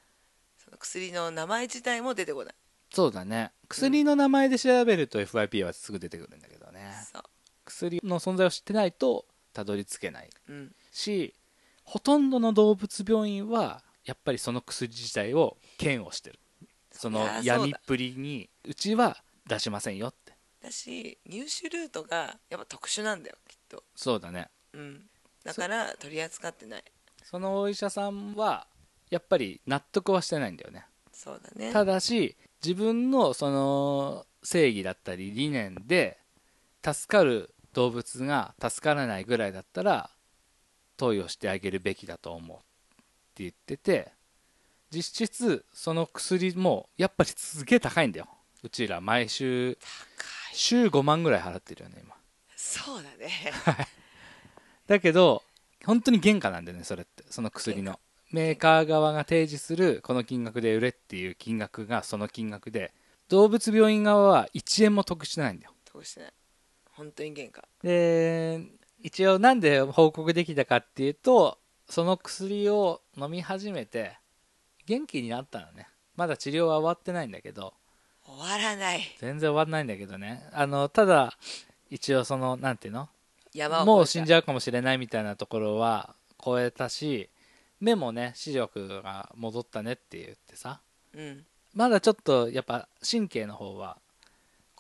Speaker 1: その薬の名前自体も出てこない
Speaker 2: そうだね薬の名前で調べると FIP はすぐ出てくるんだけどね
Speaker 1: そ、
Speaker 2: 薬の存在を知ってないとたどり着けないう
Speaker 1: うん、
Speaker 2: しほとんどの動物病院はやっぱりその薬自体を嫌悪してるその
Speaker 1: りゃそうだ
Speaker 2: 闇っぷりにうちは出しませんよって
Speaker 1: だし入手ルートがやっぱ特殊なんだよきっと
Speaker 2: そうだね
Speaker 1: うんだから取り扱ってない
Speaker 2: そのお医者さんはやっぱり納得はしてないんだよね
Speaker 1: そうだね
Speaker 2: ただし自分のその正義だったり理念で助かる動物が助からないぐらいだったら投与してあげるべきだと思うって言ってて実質その薬もやっぱりすげえ高いんだようちら毎週
Speaker 1: 高い
Speaker 2: 週5万ぐらい払ってるよね今
Speaker 1: そうだ ね
Speaker 2: だけど本当に原価なんだよねそれってその薬のメーカー側が提示するこの金額で売れっていう金額がその金額で動物病院側は1円も得してないんだよ
Speaker 1: 得してない本当に原価
Speaker 2: で一応なんで報告できたかっていうとその薬を飲み始めて元気になったのねまだ治療は終わってないんだけど
Speaker 1: 終わらない
Speaker 2: 全然終わんないんだけどねあのただ一応そのなんていうの
Speaker 1: 山を
Speaker 2: もう死んじ
Speaker 1: ゃ
Speaker 2: ゃうかもしれないみたいなところは超えたし目もね視力が戻ったねって言ってさ
Speaker 1: う、うん、
Speaker 2: まだちょっとやっぱ神経の方は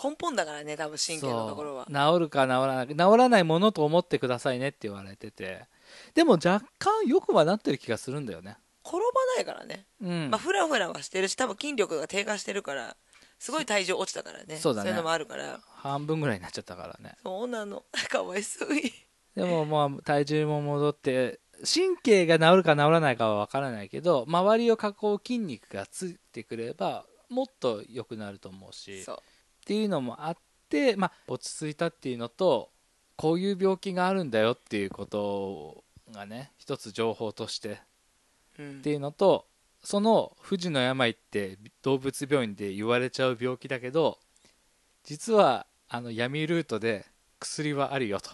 Speaker 1: 根本だからね多分神経のところは
Speaker 2: そう治るか治らないか治らないものと思ってくださいねって言われててでも若干よくはなってる気がするんだよね
Speaker 1: 転ばないからね、
Speaker 2: うん、
Speaker 1: まあフラフラはしてるし多分筋力が低下してるからすごい体重落ちたからね
Speaker 2: そうだね
Speaker 1: いうのもあるから
Speaker 2: 半分ぐらいになっちゃったからね
Speaker 1: そうなの かわいそうに
Speaker 2: でもまあ体重も戻って神経が治るか治らないかは分からないけど周りを囲う筋肉がついてくればもっと良くなると思うし
Speaker 1: そう
Speaker 2: っていうのもあって、まあ、落ち着いたっていうのとこういう病気があるんだよっていうことがね一つ情報として
Speaker 1: うん
Speaker 2: っていうのとその不治の病って動物病院で言われちゃう病気だけど実はあの闇ルートで薬はあるよと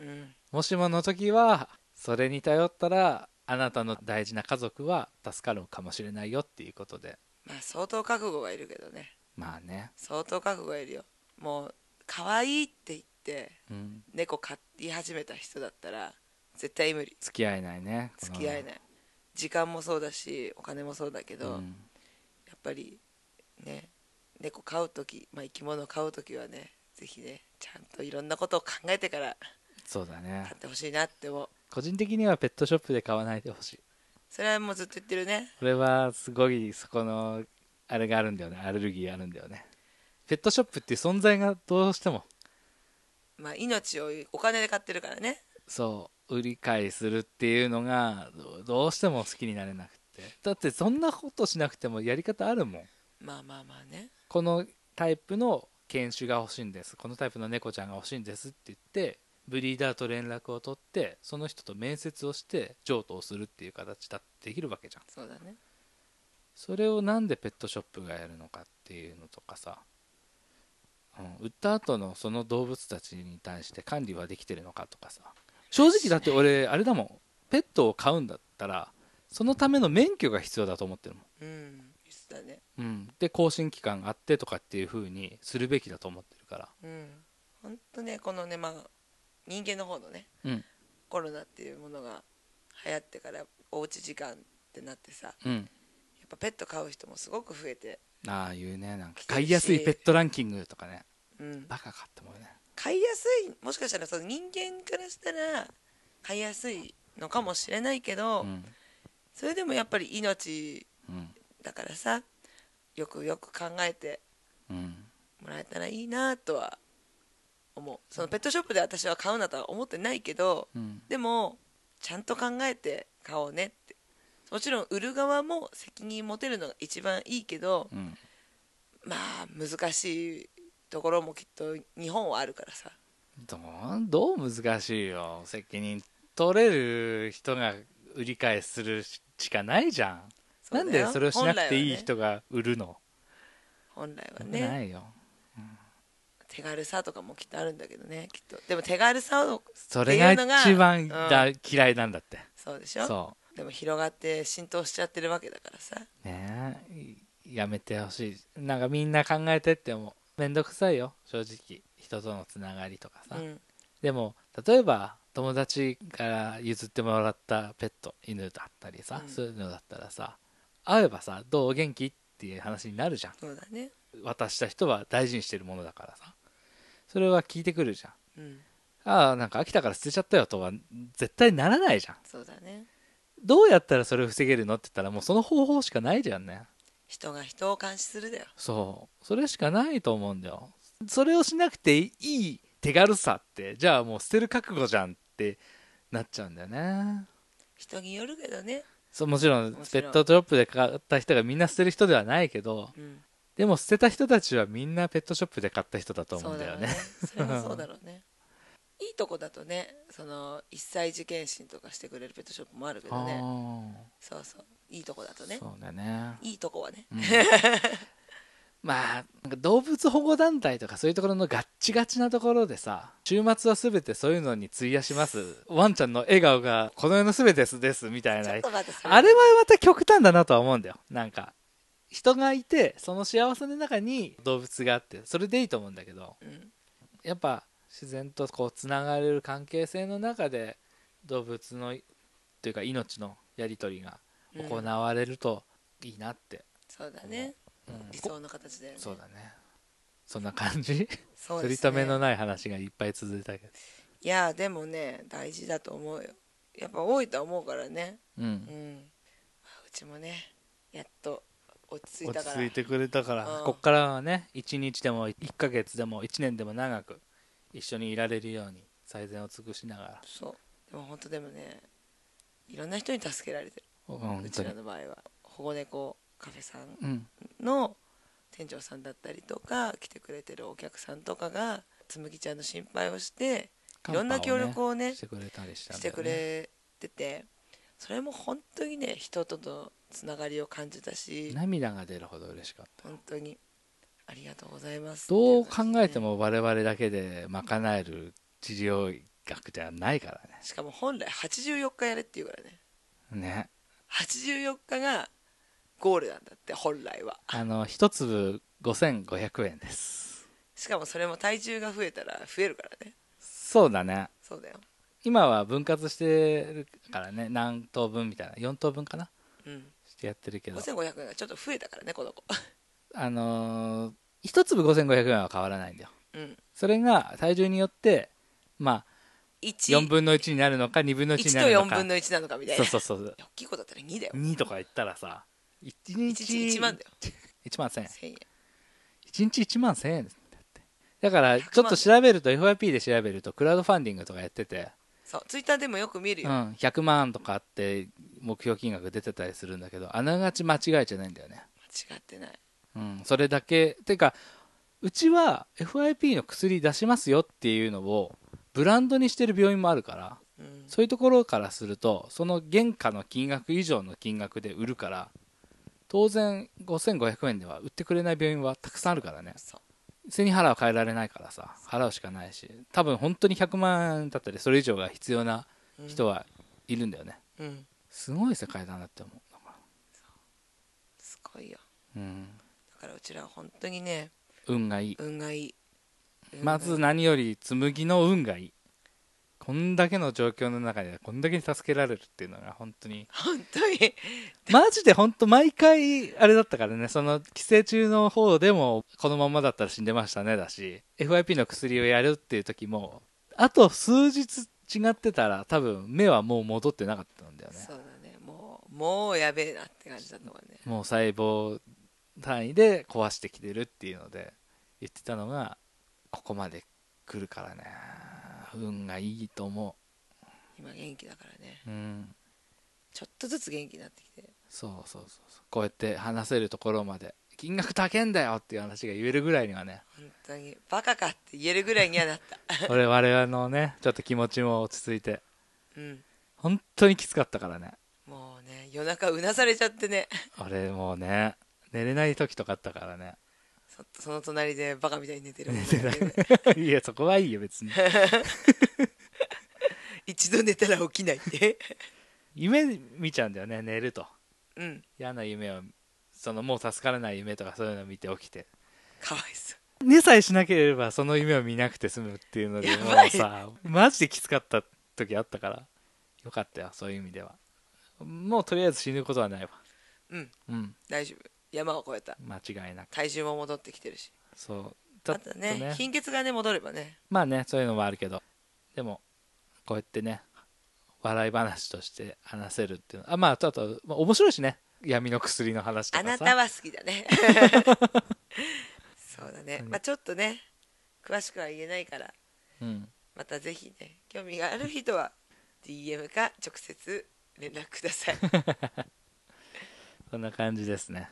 Speaker 1: うん
Speaker 2: もしもの時はそれに頼ったらあなたの大事な家族は助かるかもしれないよっていうことで
Speaker 1: まあ相当覚悟がいるけどね
Speaker 2: まあね、
Speaker 1: 相当覚悟がいるよもう可愛いって言って
Speaker 2: うん、
Speaker 1: 猫飼い始めた人だったら絶対無理
Speaker 2: 付き合えないね
Speaker 1: 付き合え
Speaker 2: い
Speaker 1: ない、時間もそうだしお金もそうだけ
Speaker 2: う
Speaker 1: ど、
Speaker 2: ん
Speaker 1: やっぱりね猫飼う時、まあ、生き物飼う時はねぜひねちゃんといろんなことを考えてから
Speaker 2: そうだね
Speaker 1: 飼ってほしいなって思う
Speaker 2: 個人的にはペットショップで買わないでほしい
Speaker 1: それはもうずっと言ってるね
Speaker 2: これはすごいそこのあれがあるんだよねアレルギーあるんだよねペットショップっていう存在がどうしても
Speaker 1: まあ命をお金で買ってるからね
Speaker 2: そう売り買いするっていうのがどどうしても好きになれなくてだってそんなことしなくてもやり方あるもん
Speaker 1: まあまあまあね
Speaker 2: このタイプの犬種が欲しいんですこのタイプの猫ちゃんが欲しいんですって言ってブリーダーと連絡を取ってその人と面接をして譲渡をするっていう形だってできるわけじゃん
Speaker 1: そうだね
Speaker 2: それをなんでペットショップがやるのかっていうのとかさ、うん、売った後のその動物たちに対して管理はできてるのかとかさ正直だって俺あれだもんペットを飼うんだったらそのための免許が必要だと思ってるもん
Speaker 1: うんそうだね
Speaker 2: うん、で更新期間があってとかっていう風にするべきだと思ってるから、
Speaker 1: うん本当ねこのねまあ人間の方のね
Speaker 2: うん
Speaker 1: コロナっていうものが流行ってからおうち時間ってなってさや
Speaker 2: うん、
Speaker 1: っぱペット飼う人もすごく増えて、
Speaker 2: ああいうねなんか
Speaker 1: 来てるし
Speaker 2: 買いやすいペットランキングとかね
Speaker 1: うん、
Speaker 2: バカかって思うよね
Speaker 1: 飼いやすいもしかしたらその人間からしたら飼いやすいのかもしれないけど、
Speaker 2: うん
Speaker 1: それでもやっぱり命
Speaker 2: うん
Speaker 1: だからさよくよく考えて
Speaker 2: うん
Speaker 1: もらえたらいいなとは思うそのペットショップで私は買うなとは思ってないけど
Speaker 2: うん
Speaker 1: でもちゃんと考えて買おうねってもちろん売る側も責任持てるのが一番いいけど
Speaker 2: うん
Speaker 1: まあ難しいところもきっと日本はあるからさ
Speaker 2: どうどう難しいよ責任取れる人が売り買いするしかないじゃん
Speaker 1: そう
Speaker 2: な
Speaker 1: だよ
Speaker 2: んでそれをしなくていい
Speaker 1: 本
Speaker 2: 人が売るの、
Speaker 1: 本来はね
Speaker 2: ないよ
Speaker 1: 手軽さとかもきっとあるんだけどねきっとでも手軽さを
Speaker 2: それが
Speaker 1: っていうのが
Speaker 2: 一番だ、
Speaker 1: う
Speaker 2: 嫌いなんだって
Speaker 1: そうでしょ
Speaker 2: そう
Speaker 1: でも広がって浸透しちゃってるわけだからさ
Speaker 2: ねえいやめてほしいなんかみんな考えてってもめんどくさいよ正直人とのつながりとかさ、
Speaker 1: うん
Speaker 2: でも例えば友達から譲ってもらったペット犬だったりさ、
Speaker 1: うん
Speaker 2: そういうのだったらさ会えばさ「どう元気?」っていう話になるじゃん
Speaker 1: そうだね
Speaker 2: 渡した人は大事にしてるものだからさそれは聞いてくるじゃん
Speaker 1: うん
Speaker 2: ああなんか飽きたから捨てちゃったよとは絶対ならないじゃん
Speaker 1: そうだね
Speaker 2: どうやったらそれを防げるのって言ったらもうその方法しかないじゃんね
Speaker 1: 人が人を監視するだよ
Speaker 2: そうそれしかないと思うんだよそれをしなくていい手軽さってじゃあもう捨てる覚悟じゃんってなっちゃうんだよね
Speaker 1: 人によるけどね
Speaker 2: そうもちろん
Speaker 1: もち
Speaker 2: ペ
Speaker 1: ろん
Speaker 2: ットドロップで買った人がみんな捨てる人ではないけど
Speaker 1: うん
Speaker 2: でも捨てた人たちはみんなペットショップで買った人だと思うんだよね
Speaker 1: そうだろうねそれはそうだろう ねいいとこだとねその一歳児検診とかしてくれるペットショップもあるけどねそうそういいとこだ
Speaker 2: あ
Speaker 1: と
Speaker 2: ー
Speaker 1: ね
Speaker 2: そうだね
Speaker 1: いいとこはね、
Speaker 2: まあなんか動物保護団体とかそういうところのガッチガチなところでさ週末は全てそういうのに費やしますワンちゃんの笑顔がこの世の全てですですみたい
Speaker 1: ち
Speaker 2: な
Speaker 1: ょっと待ってそ
Speaker 2: あれはまた極端だなとは思うんだよなんか人がいてその幸せの中に動物があってそれでいいと思うんだけど
Speaker 1: うん
Speaker 2: やっぱ自然とこうつながれる関係性の中で動物のというか命のやり取りが行われるといいなって、
Speaker 1: そうだね
Speaker 2: うん
Speaker 1: 理想の形だよね
Speaker 2: そうだねそんな感じ
Speaker 1: そう
Speaker 2: 取
Speaker 1: で
Speaker 2: り
Speaker 1: すね
Speaker 2: 留めのない話がいっぱい続いたけど
Speaker 1: いやでもね大事だと思うよやっぱ多いとは思うからね
Speaker 2: う
Speaker 1: うんんうちもねやっと落ち着い
Speaker 2: 落
Speaker 1: た
Speaker 2: ち
Speaker 1: から
Speaker 2: 着いてくれたから
Speaker 1: うん
Speaker 2: こっからはね一日でも1ヶ月でも1年でも長く一緒にいられるように最善を尽くしながら
Speaker 1: そうでも本当でもねいろんな人に助けられてる
Speaker 2: 本
Speaker 1: う
Speaker 2: 当
Speaker 1: ち
Speaker 2: に
Speaker 1: らの場合は保護猫カフェさん
Speaker 2: うん
Speaker 1: の店長さんだったりとか来てくれてるお客さんとかがつむぎちゃんの心配をしていろんな協力をね
Speaker 2: してくれたりしたん
Speaker 1: し
Speaker 2: だ
Speaker 1: て
Speaker 2: よ
Speaker 1: く
Speaker 2: ね
Speaker 1: れててそれも本当にね人とのつながりを感じたし
Speaker 2: 涙が出るほど嬉しかった
Speaker 1: 本当にありがとうございます
Speaker 2: どう考えて
Speaker 1: も
Speaker 2: も我々だけで賄える治療学ではないから
Speaker 1: しかも本来84日やれって言うからね
Speaker 2: ねね
Speaker 1: 84日がゴールなんだって本来は
Speaker 2: あの一粒5500円です
Speaker 1: しかもそれも体重が増えたら増えるからね
Speaker 2: そうだね
Speaker 1: そうだよ
Speaker 2: 今は分割してるからね何等分みたいな4等分かな
Speaker 1: うん
Speaker 2: してやってるけど
Speaker 1: 5500円がちょっと増えたからねこの子
Speaker 2: あのー、1粒5500円は変わらないんだよ
Speaker 1: うん
Speaker 2: それが体重によってまあ
Speaker 1: 1
Speaker 2: 4分の1になるのか2分の1に
Speaker 1: 1
Speaker 2: な
Speaker 1: と
Speaker 2: るの
Speaker 1: 4
Speaker 2: か
Speaker 1: 分の1なのかみたい
Speaker 2: そ
Speaker 1: な
Speaker 2: うそうそう
Speaker 1: 大きい子だったら2だよ
Speaker 2: 2とか言ったらさ1
Speaker 1: 1
Speaker 2: 日
Speaker 1: 日1万だよ
Speaker 2: 1万1000円
Speaker 1: 1000円
Speaker 2: 1日1万1000円ですだってだからちょっと調べると FYP で調べるとクラウドファンディングとかやってて
Speaker 1: そうツイッターでもよく見る
Speaker 2: う
Speaker 1: よ、
Speaker 2: ん、100万とかあって目標金額出てたりするんだけどあながち間違いじゃないんだよね、
Speaker 1: 間違ってない
Speaker 2: うん、それだけてかうちは FIP の薬出しますよっていうのをブランドにしてる病院もあるから
Speaker 1: うん
Speaker 2: そういうところからするとその原価の金額以上の金額で売るから当然5500円では売ってくれない病院はたくさんあるからね
Speaker 1: そう
Speaker 2: 背に腹は変えられないからさ払うしかないし多分本当に100万円だったりそれ以上が必要な人はいるんだよね、
Speaker 1: うん
Speaker 2: すごい世界だなって思うだか
Speaker 1: すごいよ
Speaker 2: ら、うん、
Speaker 1: だからうちらは本当にね
Speaker 2: 運がいい
Speaker 1: 運がいい運がい
Speaker 2: ま
Speaker 1: い
Speaker 2: ず何より紬の運がいいこんだけの状況の中でこんだけに助けられるっていうのが本当に
Speaker 1: 本当に
Speaker 2: マジで本当毎回あれだったからねその寄生虫の方でもこのままだったら死んでましたねだし FIP の薬をやるっていう時もあと数日違ってたら多分目はもう戻ってなかったんだよね
Speaker 1: そうだねもうもうやべえなって感じだったもんね
Speaker 2: もう細胞単位で壊してきてるっていうので言ってたのがここまで来るからね運がいいと思
Speaker 1: 今元気だからね
Speaker 2: ううん
Speaker 1: ちょっとずつ元気になってきて
Speaker 2: そうそうそうそうこうやって話せるところまで金額高えんだよっていう話が言えるぐらいにはね
Speaker 1: 本当にバカかって言えるぐらいにはなった
Speaker 2: 我々のねちょっと気持ちも落ち着いて
Speaker 1: うん
Speaker 2: 本当にきつかったからね
Speaker 1: もうね夜中うなされちゃってね
Speaker 2: 俺もうね寝れない時とかあったからね
Speaker 1: そその隣でバカみたいに寝てる
Speaker 2: 寝てないいやそこはいいよ別に
Speaker 1: 一度寝たら起きないって
Speaker 2: 夢見ちゃうんだよね寝ると
Speaker 1: うん
Speaker 2: 嫌な夢をそのもう助からない夢とかそういうのを見て起きて
Speaker 1: かわいそう
Speaker 2: 寝さえしなければその夢を見なくて済むっていうので
Speaker 1: や
Speaker 2: も
Speaker 1: ばいう
Speaker 2: さマジできつかった時あったからよかったよそういう意味ではもうとりあえず死ぬことはないわ
Speaker 1: うん
Speaker 2: うん
Speaker 1: 大丈夫山を越えた
Speaker 2: 間違いなく
Speaker 1: 体重も戻ってきてるし
Speaker 2: そうちょ
Speaker 1: あ
Speaker 2: っ
Speaker 1: と
Speaker 2: と
Speaker 1: ね貧血がね戻ればね
Speaker 2: まあねそういうのもあるけどでもこうやってね笑い話として話せるっていうのあまああとあと、まあ、面白いしね闇の薬の話と
Speaker 1: あ
Speaker 2: かさ
Speaker 1: なたは好きだ ねそうだねまあちょっとね詳しくは言えないから
Speaker 2: うん
Speaker 1: またぜひね興味がある人 は DM か直接連絡くだ さい
Speaker 2: そんな感じですね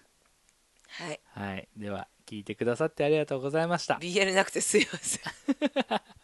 Speaker 1: はい
Speaker 2: はい。では、聞いてくださってありがとうございました。
Speaker 1: BL なくてすいません